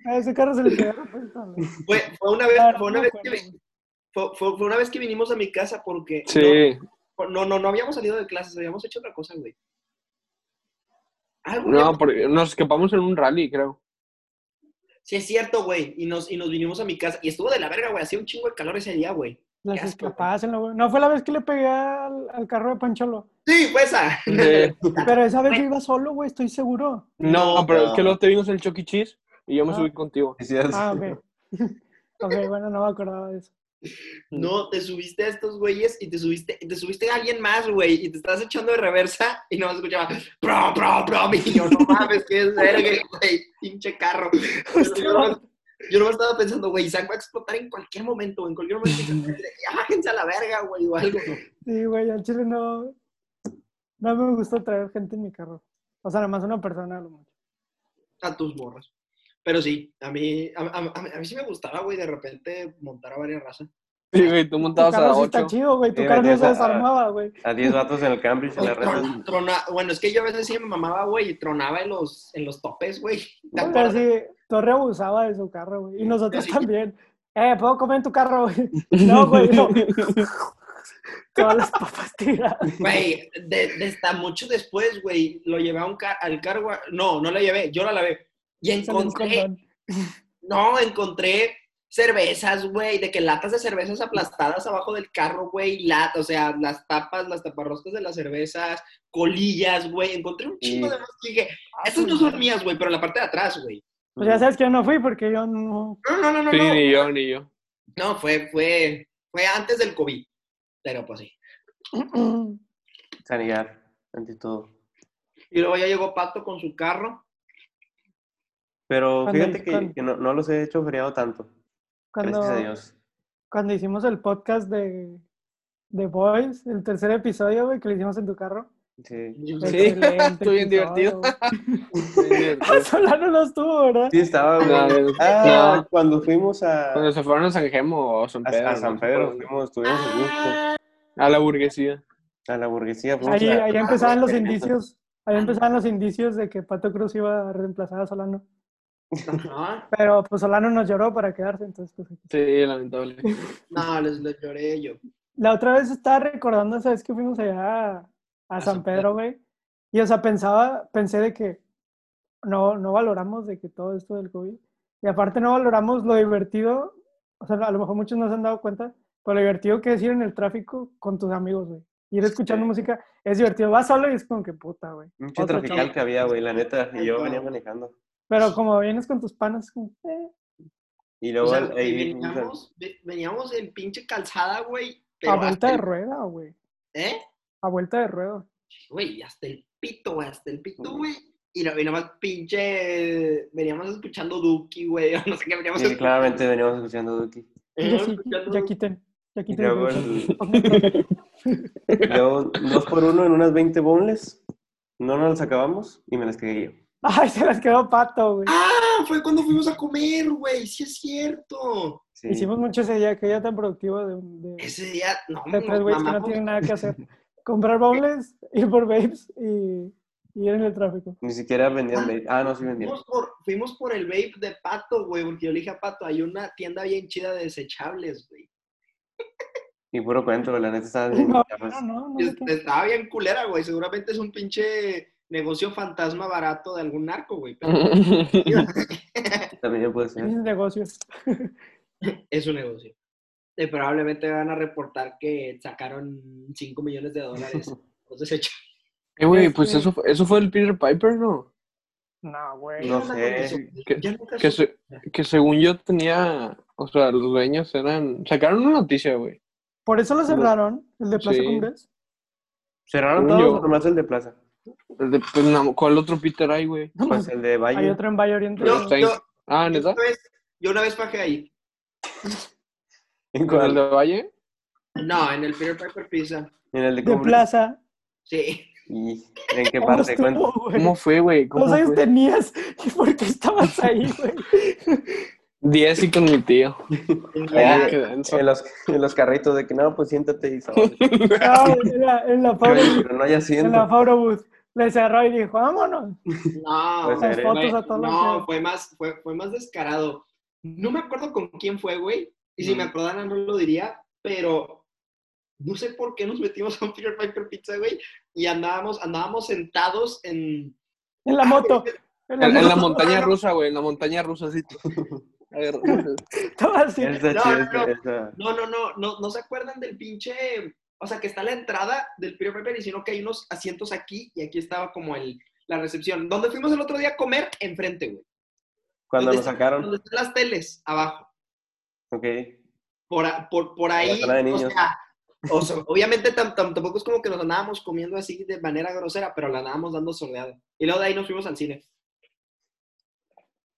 B: pedo, Ese carro se le quedó repuesto, ¿no?
D: Fue, fue una vez,
B: Claro,
D: fue
B: no
D: una
B: me
D: vez que,
B: acuerdo.
D: vi- fue, fue- fue una vez que vinimos a mi casa porque
C: Sí,
D: no, no, no, no habíamos salido de clases, habíamos hecho otra cosa, güey. Algo
C: no, porque nos escapamos en un rally, creo.
D: Sí, es cierto, güey. Y nos, y nos vinimos a mi casa. Y estuvo de la verga, güey. Hacía un chingo de calor ese día, güey.
B: Las
D: Qué asco,
B: escapadas en la hue- No fue la vez que le pegué al, al carro de Pancholo.
D: Sí, fue esa.
C: Sí.
B: Pero esa vez yo iba solo, güey, estoy seguro.
C: No,
D: No,
C: pero es
A: no.
C: que luego te vimos en el Chucky Cheese y yo me
B: Ah.
C: subí contigo.
A: Y sí, es-
B: Ah, ok. Ok, bueno, no me acordaba de eso.
D: No, te subiste a estos güeyes y te subiste, y te subiste a alguien más, güey. Y te estás echando de reversa y no escuchaba pro, pro, pro. Y yo, no mames, qué es verga, güey. Pinche carro. Yo no, yo no estaba pensando, güey, Isaac va a explotar en cualquier momento, en cualquier momento. Ya bájense a la verga, güey, o algo.
B: Sí, güey, al chile no. No me gusta traer gente en mi carro. O sea, nada más una persona a lo mucho.
D: a tus morros. Pero sí, a mí, a, a- a mí- a mí sí me gustaba, güey, de repente montar a varias razas.
C: Sí, güey, tú
B: Tu
C: montabas a
B: carro sí está
C: 8.
B: chido, güey. Tu
A: Sí,
B: carro no
A: venías
B: se
A: a-
B: desarmaba, güey.
A: A 10 vatos en el Cambridge, en la red. pues,
D: Tron- trona- bueno, es que yo a veces sí me mamaba, güey, y tronaba en los, en los topes, güey. ¿Te
B: Pero
D: acuerdas?
B: sí, Torre abusaba de su carro, güey. Y nosotros
D: Sí.
B: también. Eh, ¿puedo comer en tu carro, güey? No, güey, no. Todas las papas tiradas.
D: Güey, de, de hasta mucho después, güey, lo llevé a un ca- al cargo. No, no la llevé, yo la lavé. Y
B: Se les
D: encontré,
B: condón.
D: no, encontré cervezas, güey, de que latas de cervezas aplastadas abajo del carro, güey, lat, o sea, las tapas, las taparroscas de las cervezas, colillas, güey, encontré un chingo
A: Sí. Ah, pues,
D: de más que dije, Estas no son mías, güey, pero la parte de atrás, güey.
B: Pues ya sabes que yo no fui porque yo no.
D: No, no, no, no,
C: Sí,
D: no.
C: ni yo, ni yo.
D: No, fue, fue, fue antes del COVID. Pero pues sí.
A: Sanear, ante todo.
D: Y luego ya llegó Pato con su carro.
A: Pero
B: Cuando-
A: fíjate que,
B: cuando-
A: que no, no los he hecho feriado tanto.
B: Cuando,
A: Gracias a Dios.
B: cuando hicimos el podcast de, de Boys, el tercer episodio, güey, que lo hicimos en tu carro.
A: Sí.
C: Sí, estuvo bien
B: episodio,
C: divertido.
B: güey. Solano no estuvo, ¿verdad?
A: Sí, estaba, güey.
C: No, no,
A: Ah,
C: no.
A: cuando fuimos a,
C: Cuando se fueron a San Gemo o San
A: a-
C: Pedro.
A: a
C: no
A: San
C: sé
A: Pedro,
C: por dónde.
A: fuimos, estuvimos en
D: "Ah,
A: gusto.
C: A la burguesía.
A: A la burguesía, fuimos
B: Ahí,
A: a-
B: ahí empezaban los
A: Ah,
B: indicios. Ahí empezaban los indicios de que Pato Cruz iba a reemplazar a Solano.
D: Ajá.
B: Pero pues Solano nos lloró para quedarse, entonces pues, aquí.
C: Sí, lamentable.
D: No, les lo lloré yo.
B: La otra vez estaba recordando, ¿sabes que fuimos allá a, a
E: A
B: San
E: San
B: Pedro, güey? Y o sea, pensaba, pensé de que no, no valoramos de que todo esto del COVID. Y aparte no valoramos lo divertido, o sea, a lo mejor muchos no se han dado cuenta, pero lo divertido que es ir en el tráfico con tus amigos, güey. Ir escuchando
A: Sí.
B: música es divertido. Vas solo y es como que puta, güey.
A: Mucho
B: Otro
A: trafical
B: chavo.
A: que había, güey, la neta. Y yo
D: Ay,
A: venía
D: no.
A: manejando.
B: Pero como vienes con tus panas, es como, eh,
A: Y
D: O
A: luego
D: sea,
A: ahí
D: veníamos, ve- veníamos en pinche calzada, güey.
B: a
D: pero
B: vuelta
D: hasta
B: de
D: el-
B: rueda, güey.
D: ¿Eh?
B: A vuelta de rueda.
D: Güey, hasta el pito, güey, hasta el pito, güey. Y no, y nomás pinche. Veníamos escuchando Duki, güey. o No sé qué veníamos
A: sí, claramente veníamos escuchando Duki.
B: Ya,
D: veníamos
B: sí,
D: escuchando
B: ya
D: Duki.
B: quiten, ya
A: Y
B: quiten. el
A: luego,
B: ruido.
A: el- y luego dos por uno en unas 20 boneless. No nos las acabamos y me las quedé yo.
B: Ay, se las quedó pato, güey.
D: Ah, fue cuando fuimos a comer, güey. Sí, es cierto.
A: Sí.
B: Hicimos mucho ese día, que día tan productivo de, de-
D: Ese día, no,
B: de tres güeyes que no
D: mamamos.
B: tienen nada que hacer. Comprar bowls, ir por babes y, y ir en el tráfico.
A: Ni siquiera vendían vape. Ah, no, sí vendían.
D: Fuimos por, fuimos por el vape de Pato, güey, porque yo le dije a Pato, hay una tienda bien chida de desechables, güey.
A: Y puro cuento, la neta estaba bien.
B: No,
A: capaz.
B: no, no, no
D: Y
B: sé
D: est-
B: qué.
D: Estaba bien culera, güey. Seguramente es un pinche negocio fantasma barato de algún narco, güey. pero
A: También puede
B: Es
A: ser.
B: un negocio.
D: es un negocio. Eh, probablemente van a reportar que sacaron 5 millones de dólares los desechables.
C: Eh, güey,
B: Este-
C: pues eso, fue- eso fue el Peter Piper, ¿no?
B: No, güey.
A: No
D: Era una
A: sé,
D: condición.
C: que-
D: Yo nunca
C: Que,
D: supe.
C: se- que según yo tenía, o sea, los dueños eran, sacaron una noticia, güey.
B: Por eso lo cerraron, el de Plaza
C: Sí.
B: Congres.
A: Cerraron
C: Según
A: todos,
C: yo.
A: nomás el de Plaza.
C: El de- pues, no, ¿Cuál otro Peter hay, güey?
A: Pues el de
B: Hay
A: Valle.
B: otro en Valle Oriente.
D: Yo-
C: Está en-
D: yo-
C: Ah,
D: yo
C: ¿neta?
D: una vez- yo una vez bajé ahí.
A: ¿En
C: ¿Con el de
A: cuál?
C: Valle?
D: No, en el Peter Piper Pizza.
A: En el de
B: De
A: Cumbres.
B: Plaza.
D: Sí.
A: ¿Y en qué
B: ¿Cómo
A: parte? Cuenta.
B: estuvo, güey?
C: ¿Cómo fue, güey? ¿Cómo
B: ¿Cuántos años
C: fue?
B: tenías? ¿Y por qué estabas ahí, güey?
C: Diez y con mi tío.
A: Ya.
C: Ah,
D: Eh,
C: qué denso.
A: En los, en los carritos de que no, pues siéntate y sabes.
B: No, en la, en la Fabro,
A: Pero no hay
B: en la
A: asiento.
B: Fabro Booth. Le cerró y dijo, vámonos.
D: ¿eh? No,
A: Pues
B: Las
A: Eres-
B: fotos a todos
D: No, fue más, fue, fue más descarado. No me acuerdo con quién fue, güey. Y si me acordara no lo diría, pero no sé por qué nos metimos a un Peter Piper Pizza, güey. Y andábamos, andábamos sentados en...
B: En la moto. En
C: En,
B: la
C: en la
B: moto.
C: montaña rusa, güey, en la montaña rusa, así. A ver,
B: Estaba así.
A: Está
D: No,
A: chido,
D: no, no.
A: está- está-
D: No, no, no, no, no se acuerdan del pinche... O sea, que está la entrada del Peter Piper y sino que hay unos asientos aquí y aquí estaba como el, la recepción. Donde fuimos el otro día a comer, enfrente, güey.
A: Cuando
D: ¿Dónde
A: nos
D: está-
A: sacaron.
D: Donde están las teles, abajo.
A: Ok.
D: por, a- por, por ahí,
A: sala de
D: o
A: niños.
D: sea, o sea, obviamente tam- tam- tampoco es como que nos andábamos comiendo así de manera grosera, pero la andábamos dando sordeada. Y luego de ahí nos fuimos al cine.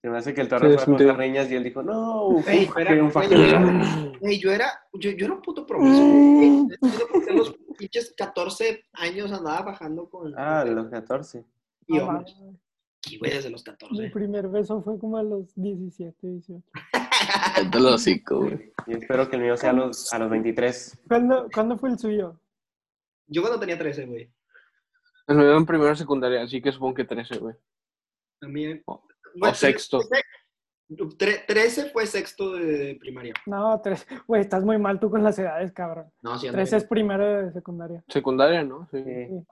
A: Se me hace que el
C: Sí,
A: Torres fue a
C: sentido.
A: José Reñas y él dijo, no,
D: Ey,
A: fue
D: espera,
A: un
D: güey.
A: fucking-
D: Güey, yo era, yo, yo era un puto promiso. güey.
A: Mm.
D: Yo A los pinches 14 años andaba bajando con...
A: Ah, los 14.
D: y
B: No
D: hombres.
B: mames.
D: Y güey, desde los
B: Mi
D: 14.
B: primer beso fue como a los 17, 18.
C: te lo hocico, güey.
A: Y espero que el mío sea a los, a los 23.
B: ¿Cuándo, cuándo fue el suyo?
D: Yo cuando tenía 13, güey.
C: Nos lo dieron primero en secundaria, así que supongo que 13, güey.
D: También...
C: O-
D: Güey,
C: o sexto.
D: tre- 13 fue sexto de primaria.
B: No, tres. Güey, estás muy mal tú con las edades, cabrón.
D: No, sí,
B: Tres es primero de secundaria.
C: Secundaria, ¿no? Sí.
A: Sí.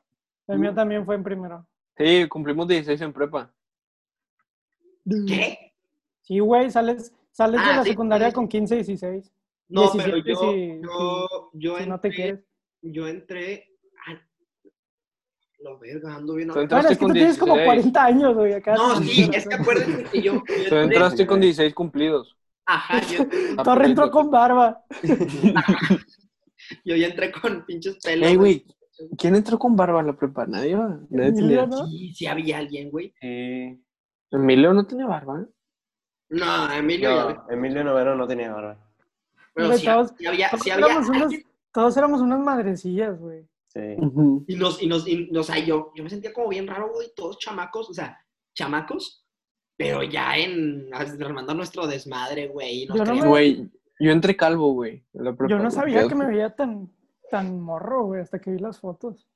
B: El
D: Mm.
B: mío también fue en primero.
C: Sí, cumplimos 16 en prepa.
D: ¿Qué?
B: Sí, güey, sales, sales de
D: Ah,
B: la
D: sí,
B: secundaria
D: sí.
B: con 15, 16.
D: No, pero
B: 17
D: yo,
B: si-
D: yo, yo
B: si no te
D: entré-
B: quieres.
D: yo entré. ah, Lo verga, ando bien.
C: Tú
B: Bueno,
C: entraste
B: es que tú
C: con
B: tienes como
C: 16.
B: 40 años, güey. acá.
D: No, sí, es que acuérdense que yo. yo
C: Tú
D: entré-
C: entraste con 16 cumplidos.
D: Ajá, yo,
B: Torre entró con barba.
D: yo ya entré con pinches pelos.
C: Ey, güey, ¿quién entró con barba a la prepa? Nadie, va? Nadie
B: Emilio,
C: tenía.
B: ¿no?
D: Sí, sí había alguien, güey.
A: Sí.
C: Emilio no tenía barba. ¿eh?
D: No, Emilio ya había-
A: No, Emilio Noveno no tenía barba.
D: Bueno,
B: Güey,
D: sí,
B: todos-
D: sí había,
B: Todos
D: sí había
B: éramos unos- todos éramos unas madrecillas, güey.
A: Sí.
D: Y nos, y nos, y, o sea, yo, yo me sentía como bien raro, güey, todos chamacos, o sea, chamacos, pero ya en, armando nuestro desmadre, güey. y nos
B: Yo no me-
D: creíamos-
C: Güey, yo entré calvo, güey. en la prepa,
B: Yo no
C: güey.
B: sabía
C: Ya
B: que me veía tan, tan morro, güey, hasta que vi las fotos.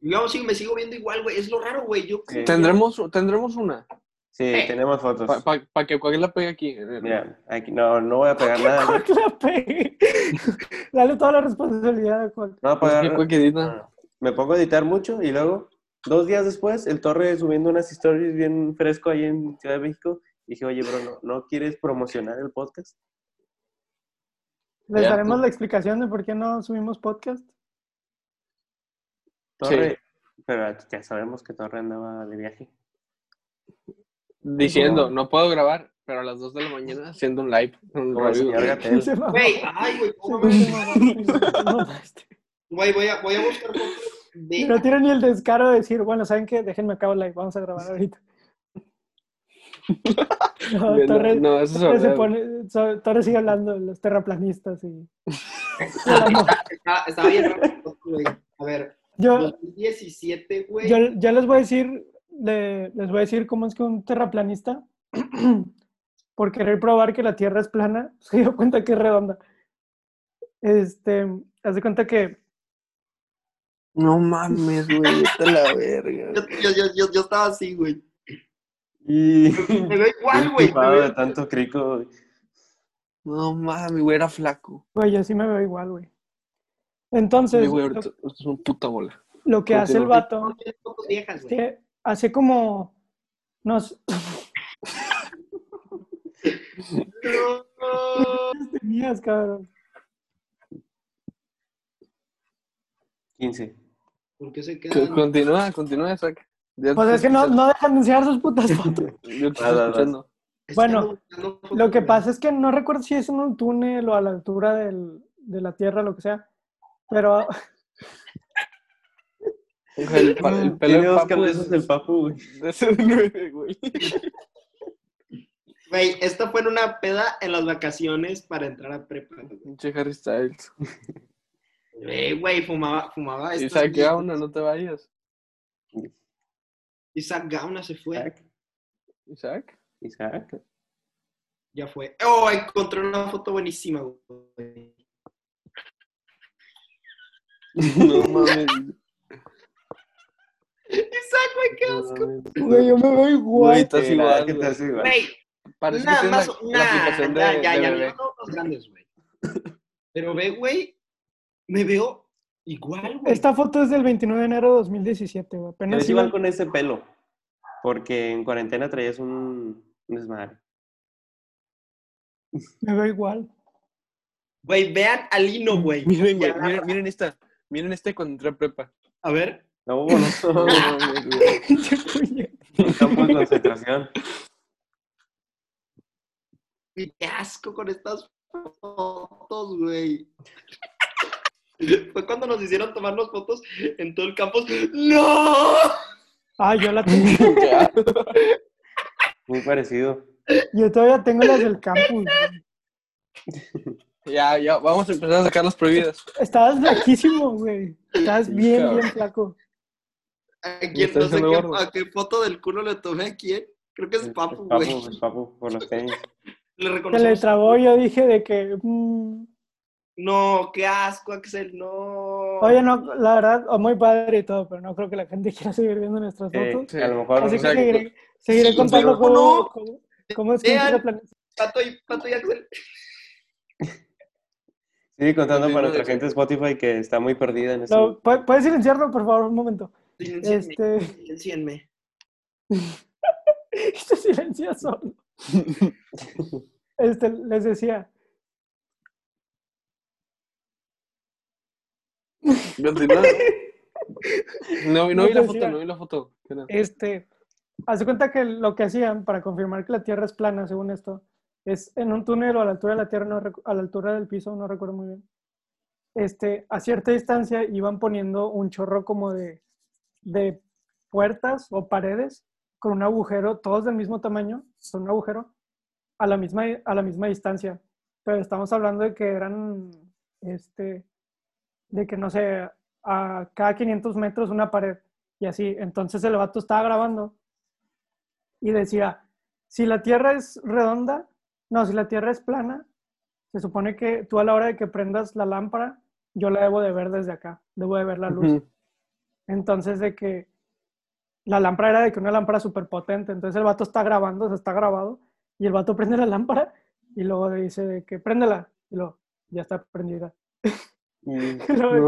D: Yo sí me sigo viendo igual, güey, es lo raro, güey, yo...
A: Sí.
C: Tendremos, tendremos una.
A: Sí,
D: Eh.
A: tenemos fotos.
C: Para que cualquier la pegue aquí. en el-
A: Mira, aquí, no, no voy a pagar nada.
B: Cuac la pegué. Dale toda la responsabilidad a Cuac.
A: No voy a
C: Pues que
A: pagar
C: cualquier edita.
A: Ah, Me pongo a editar mucho y luego, dos días después, el Torre subiendo unas stories bien fresco ahí en Ciudad de México. Dije, oye, bro, ¿no, no quieres promocionar el podcast?
B: Les
C: Ya, pues.
B: daremos
C: tú.
B: la explicación de por qué no subimos podcast.
A: Torre, pero ya sabemos que Torre andaba de viaje.
C: Diciendo, no puedo grabar, pero a las 2 de la mañana haciendo un live. un
A: Como el
C: radio.
A: señor Gatel.
B: Se mamó.
D: Güey, ay, güey,
B: Se
D: ¿cómo
B: mamó,
D: me-
B: se mamó.
D: güey, voy a, voy a buscar fotos de...
B: este. No tiene ni el descaro de decir, bueno, ¿saben qué? Déjenme acabo el live, vamos a grabar ahorita. No,
C: No,
B: Torres,
C: no, eso es
B: Torres se
C: verdad.
B: pone- so- Torres sigue hablando de los terraplanistas y...
D: Estaba, Ah, estaba bien raro, güey. A ver,
B: Yo,
D: 2017, güey.
B: yo, yo les voy a decir, le- les voy a decir cómo es que un terraplanista, por querer probar que la Tierra es plana, se dio cuenta que es redonda. Este, haz de cuenta que
C: No mames, güey. Vete a la verga.
D: Yo, yo, yo, yo, yo estaba así, güey.
A: Y...
D: Me veo igual, güey. me
A: Estufado de
D: veo-
A: tanto crico. güey.
C: No mames, güey. Era flaco.
B: Güey, yo sí me veo igual, güey. Entonces,
C: Sí, güey,
B: lo,
C: ahorita- esto es una puta bola.
B: lo que hace el
C: Continúa.
B: vato
D: Tienes fotos viejas,
B: es
D: güey.
B: que hace como. No, sé,
D: No, no.
B: tenías, cabrón.
A: 15.
D: ¿Por qué se
C: C-
D: quedan?
C: Continúa, continúa, saca. Ya
B: Pues
C: te
B: es que no,
C: estoy
B: no dejan de enseñar sus putas fotos.
C: escuchando. Yo te
A: Vas, vas,
C: estoy escuchando.
D: Es
B: Bueno,
D: que ando buscando fotos,
B: Lo que
D: güey.
B: pasa es que no recuerdo si es en un túnel o a la altura del- de la tierra, lo que sea. Pero
C: El, el pa- el pelo
A: Tiene
C: de
A: dos
C: papu
A: cabezas del papu, güey.
C: es- es el- güey.
D: Güey, esta fue en una peda en las vacaciones para entrar a prepa. güey.
C: Pinche Harry Styles.
D: Güey, güey, fumaba, fumaba.
C: Y
D: estas
C: saquea
D: mierdas.
C: una, no te vayas.
D: Isaac Gauna se fue.
A: Isaac.
C: Isaac.
A: Isaac.
D: Ya fue. Oh, encontré una foto buenísima, güey.
C: No mames.
D: Isaac, güey, qué asco.
B: güey, yo me veo
C: Güey,
B: igual.
C: estás
A: Sí, la verdad
C: igual.
A: que
C: güey.
A: estás igual.
D: Güey,
C: Parece
D: Nada
C: que
D: más,
C: tienes la, la
D: nada,
C: aplicación de,
D: ya, ya,
C: de
D: ya,
C: bebé.
D: no, no, los grandes, güey. Pero ve, güey, me veo igual, güey.
B: Esta foto es del 29 de enero de 2017, güey.
A: Pero
B: Apenas
A: es igual
B: iba.
A: con ese pelo. Porque en cuarentena traías un, un desmadre.
B: Me veo igual.
D: Güey, vean a Lino, güey.
C: Miren, güey,
D: Ya,
C: miren, miren esta. Miren este cuando entré a prepa.
D: A ver.
A: No hubo, no.
C: No mames, güey.
A: Un campo de concentración.
D: Qué asco con estas fotos, güey. Fue cuando nos hicieron tomarnos fotos en todo el campus. ¡No!
B: Ah, yo la tengo.
C: Ya.
A: Muy parecido.
B: Yo todavía tengo las del campus. güey.
C: Ya, ya, vamos a empezar a sacar las prohibidas.
B: Estabas flaquísimo, güey. Estabas
C: Sí,
B: bien,
C: cabrón.
B: bien flaco.
D: ¿A quién?
C: está
D: No sé
C: diciendo
D: qué,
C: gordo.
D: a qué foto del culo le tomé a quién. Creo que es Papu,
A: papu,
D: güey.
A: el papu, por los tenis.
D: Le
B: Se le
D: reconocemos.
B: trabó, yo dije de que. mm,
D: No, qué asco, Axel, no.
B: oye, no, la verdad, oh, muy padre y todo, pero no creo que la gente quiera seguir viendo nuestras
A: Eh,
B: fotos.
A: A lo mejor
B: Así que
C: exacto.
B: seguiré, seguiré
D: Sí,
B: contando
D: pero
B: cómo,
D: no.
B: cómo, cómo es que
D: Vean.
B: empieza a planear.
D: Pato y, Pato y Axel.
A: sigue contando
C: Sí,
A: para
C: no,
A: nuestra
C: de-
A: gente de Spotify que está muy perdida en este
B: No, ¿pu- ¿Puedes silenciarlo, por favor, un momento?
D: Silencienme,
B: Este,
D: silencienme.
B: se silencia solo. Este, les decía,
C: Continúa. No, no vi la foto, no vi la foto.
B: Este, hace cuenta que lo que hacían para confirmar que la Tierra es plana, según esto, es en un túnel o a la altura de la Tierra, no recu- a la altura del piso, no recuerdo muy bien. Este, a cierta distancia iban poniendo un chorro como de, de puertas o paredes con un agujero, todos del mismo tamaño, con un agujero, a la misma, a la misma distancia. Pero estamos hablando de que eran, este, de que no sé, a cada 500 metros una pared y así. Entonces el vato estaba grabando y decía, si la Tierra es redonda, no, si la Tierra es plana, se supone que tú a la hora de que prendas la lámpara, yo la debo de ver desde acá, debo de ver la luz.
C: Ujú.
B: Entonces de que la lámpara era de que una lámpara súper potente, entonces el vato está grabando, o sea, está grabado, y el vato prende la lámpara y luego le dice de que préndela, y luego ya está prendida.
A: Y-
B: Y luego de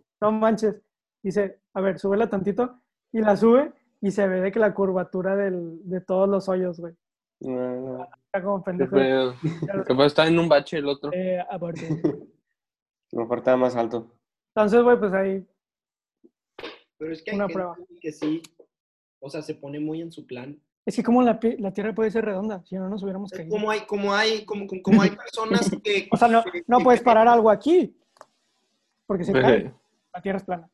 B: que,
C: No.
B: no manches. Dice, a ver, súbela tantito. Y la sube y se ve de que la curvatura del, de todos los hoyos, güey.
A: no, no.
B: Está como
C: Qué
B: pendejo.
C: pedo. Capaz está en un bache el otro.
B: Eh, aparte.
A: A lo mejor estaba más alto.
B: Entonces, güey, pues ahí.
D: Pero es que hay
B: Una
D: gente
B: prueba.
D: que sí, o sea, se pone muy en su plan.
B: Es que como la, pi- la Tierra puede ser redonda, si no nos hubiéramos
D: Es
B: caído.
D: como hay, como hay, como, como- como hay personas que...
B: O sea, no,
D: que-
B: no
D: que-
B: puedes parar algo aquí. Porque se cae.
C: Güey,
B: La Tierra es plana.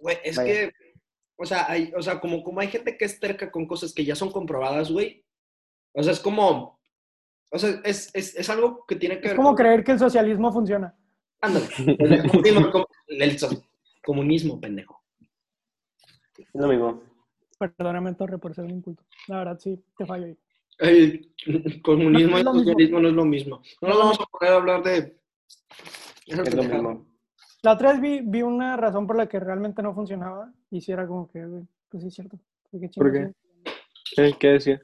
D: Güey, es
A: Vaya.
D: que, o sea, hay, o sea como, como hay gente que es terca con cosas que ya son comprobadas, güey. O sea, es como, o sea, es, es, es algo que tiene que
B: Es
D: ver
B: como
D: con-
B: creer que el socialismo funciona.
D: Ándale. El comunismo, com- el so- comunismo, pendejo.
A: Es lo mismo.
B: Perdóname, Torre, por ser un inculto. La verdad, sí, te fallo ahí.
D: El comunismo
B: No,
D: y
B: es lo mismo.
D: socialismo no es lo mismo. No nos vamos a poner a hablar de...
A: Es lo mismo.
B: La otra vez vi, vi una razón por la que realmente no funcionaba. Y si era como que, güey, pues sí, es cierto. Pues qué
C: ¿Por
B: chingados,
C: qué? eh, ¿Qué, qué decía?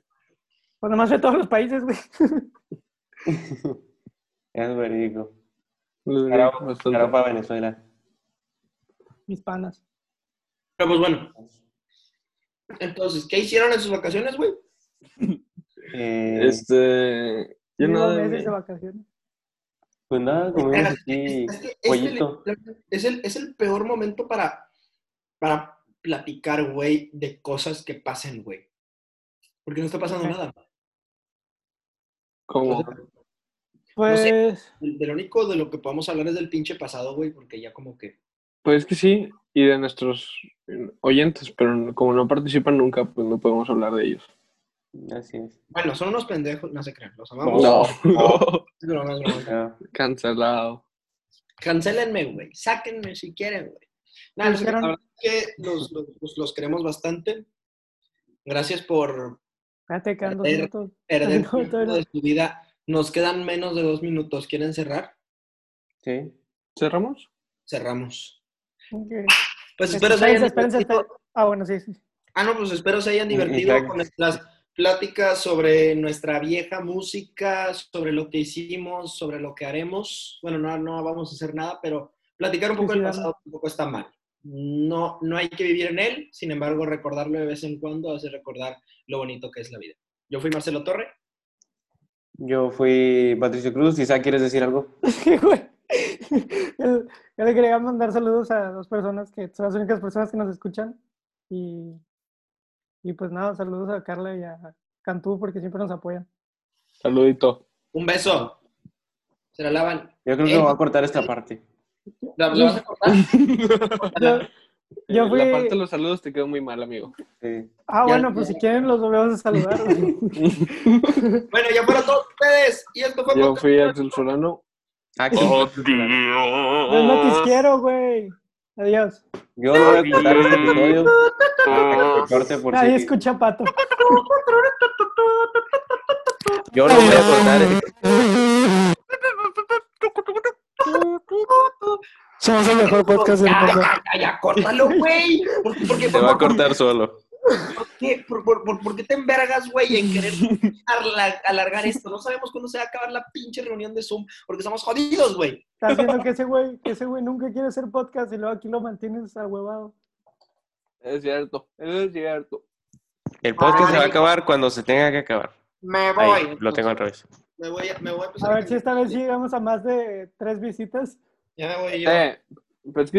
B: Pues nomás de todos los países, güey.
A: Es verídico.
C: Lo digo
A: Caramba,
C: bastante.
A: Claro, para Venezuela.
B: Mis panas.
D: Pero pues bueno. Entonces, ¿qué hicieron en sus vacaciones, güey?
A: Eh,
C: Este. Yo
B: Llevo
C: nada.
B: meses
C: güey.
B: de vacaciones.
A: Pues nada, comimos aquí
D: Es- es que- es que
A: pollito.
D: literalmente Es el, es el peor momento para, para platicar, güey, de cosas que pasen, güey. Porque no está pasando nada.
C: Como.
B: Pues,
D: sé. De de lo único de lo que podemos hablar es del pinche pasado, güey, porque ya como que...
C: Pues que sí, y de nuestros oyentes, pero como no participan nunca, pues no podemos hablar de ellos.
A: Así es.
D: Bueno, son unos pendejos, no se crean, los amamos.
A: No,
D: Es broma, es broma.
A: Ya.
C: Cancelado.
D: Cancélenme, güey. Sáquenme si quieren, güey. Nada, no sé, la
B: Dijeron-
D: verdad es que los, los- los- los queremos bastante. Gracias por
B: espérate, quedan dos
D: Perder-
B: minutos.
D: perder
B: No, todavía
D: tiempo
B: no.
D: de su vida. Nos quedan menos de dos minutos. ¿Quieren cerrar?
A: Sí.
C: ¿Cerramos?
D: Cerramos.
B: Ok.
D: Pues espero se hayan
B: Espérense, espérense,
D: divertido.
B: espérense. Ah, bueno, sí, sí.
D: Ah, no, pues espero se hayan
A: Y- y
D: divertido
A: ya-
D: con nuestras pláticas sobre nuestra vieja música, sobre lo que hicimos, sobre lo que haremos. Bueno, no, no vamos a hacer nada, pero platicar un poco del
B: Suicidarnos.
D: pasado tampoco está mal. No, no hay que vivir en él, sin embargo, recordarlo de vez en cuando hace recordar lo bonito que es la vida. Yo fui Marcelo Torre.
A: Yo fui Patricio Cruz. Isaac, ¿quieres decir algo?
B: Sí, güey. El- Yo le quería mandar saludos a dos personas que son las únicas personas que nos escuchan. Y, y pues nada, saludos a Carla y a Cantú porque siempre nos apoyan.
C: Saludito.
D: Un beso. Se la lavan.
A: Yo creo que
D: Eh.
A: voy a cortar esta parte.
D: ¿La, la vas a cortar?
B: Yo, yo fui.
C: Eh, La parte de los saludos te quedó muy mal, amigo.
A: Sí.
B: Ah,
D: Ya-
B: bueno, pues si quieren los volvemos a saludar. güey.
D: Bueno, ya fueron todos ustedes. Y esto fue
C: Yo
D: Podcast
C: fui al Solano.
A: Axel.
B: Es lo que quiero, güey. Adiós.
A: Yo no voy a cortar este episodio. Hasta que corte por
B: Nadie
A: si-
B: escucha a Pato.
A: Yo no voy a cortar.
B: Somos el mejor podcast del mundo.
D: Ya, ya, córtalo, güey. ¿Por, por qué, por,
A: cortar solo.
D: por qué- por- por- por- por qué te envergas, güey, en querer arla- alargar esto? No sabemos cuándo se va a acabar la pinche reunión de Zoom, porque estamos jodidos, güey.
B: Estás viendo que ese güey, que ese güey nunca quiere hacer podcast y luego aquí lo mantienes ahuevado.
C: Es cierto, es cierto.
A: El podcast se va a acabar cuando se tenga que acabar.
D: Me
A: Ahí,
D: voy.
A: lo tengo al revés.
D: Me voy, a- me voy a empezar
B: A ver si esta vez sí llegamos a más de tres visitas.
D: Ya me voy yo.
C: Eh, pues que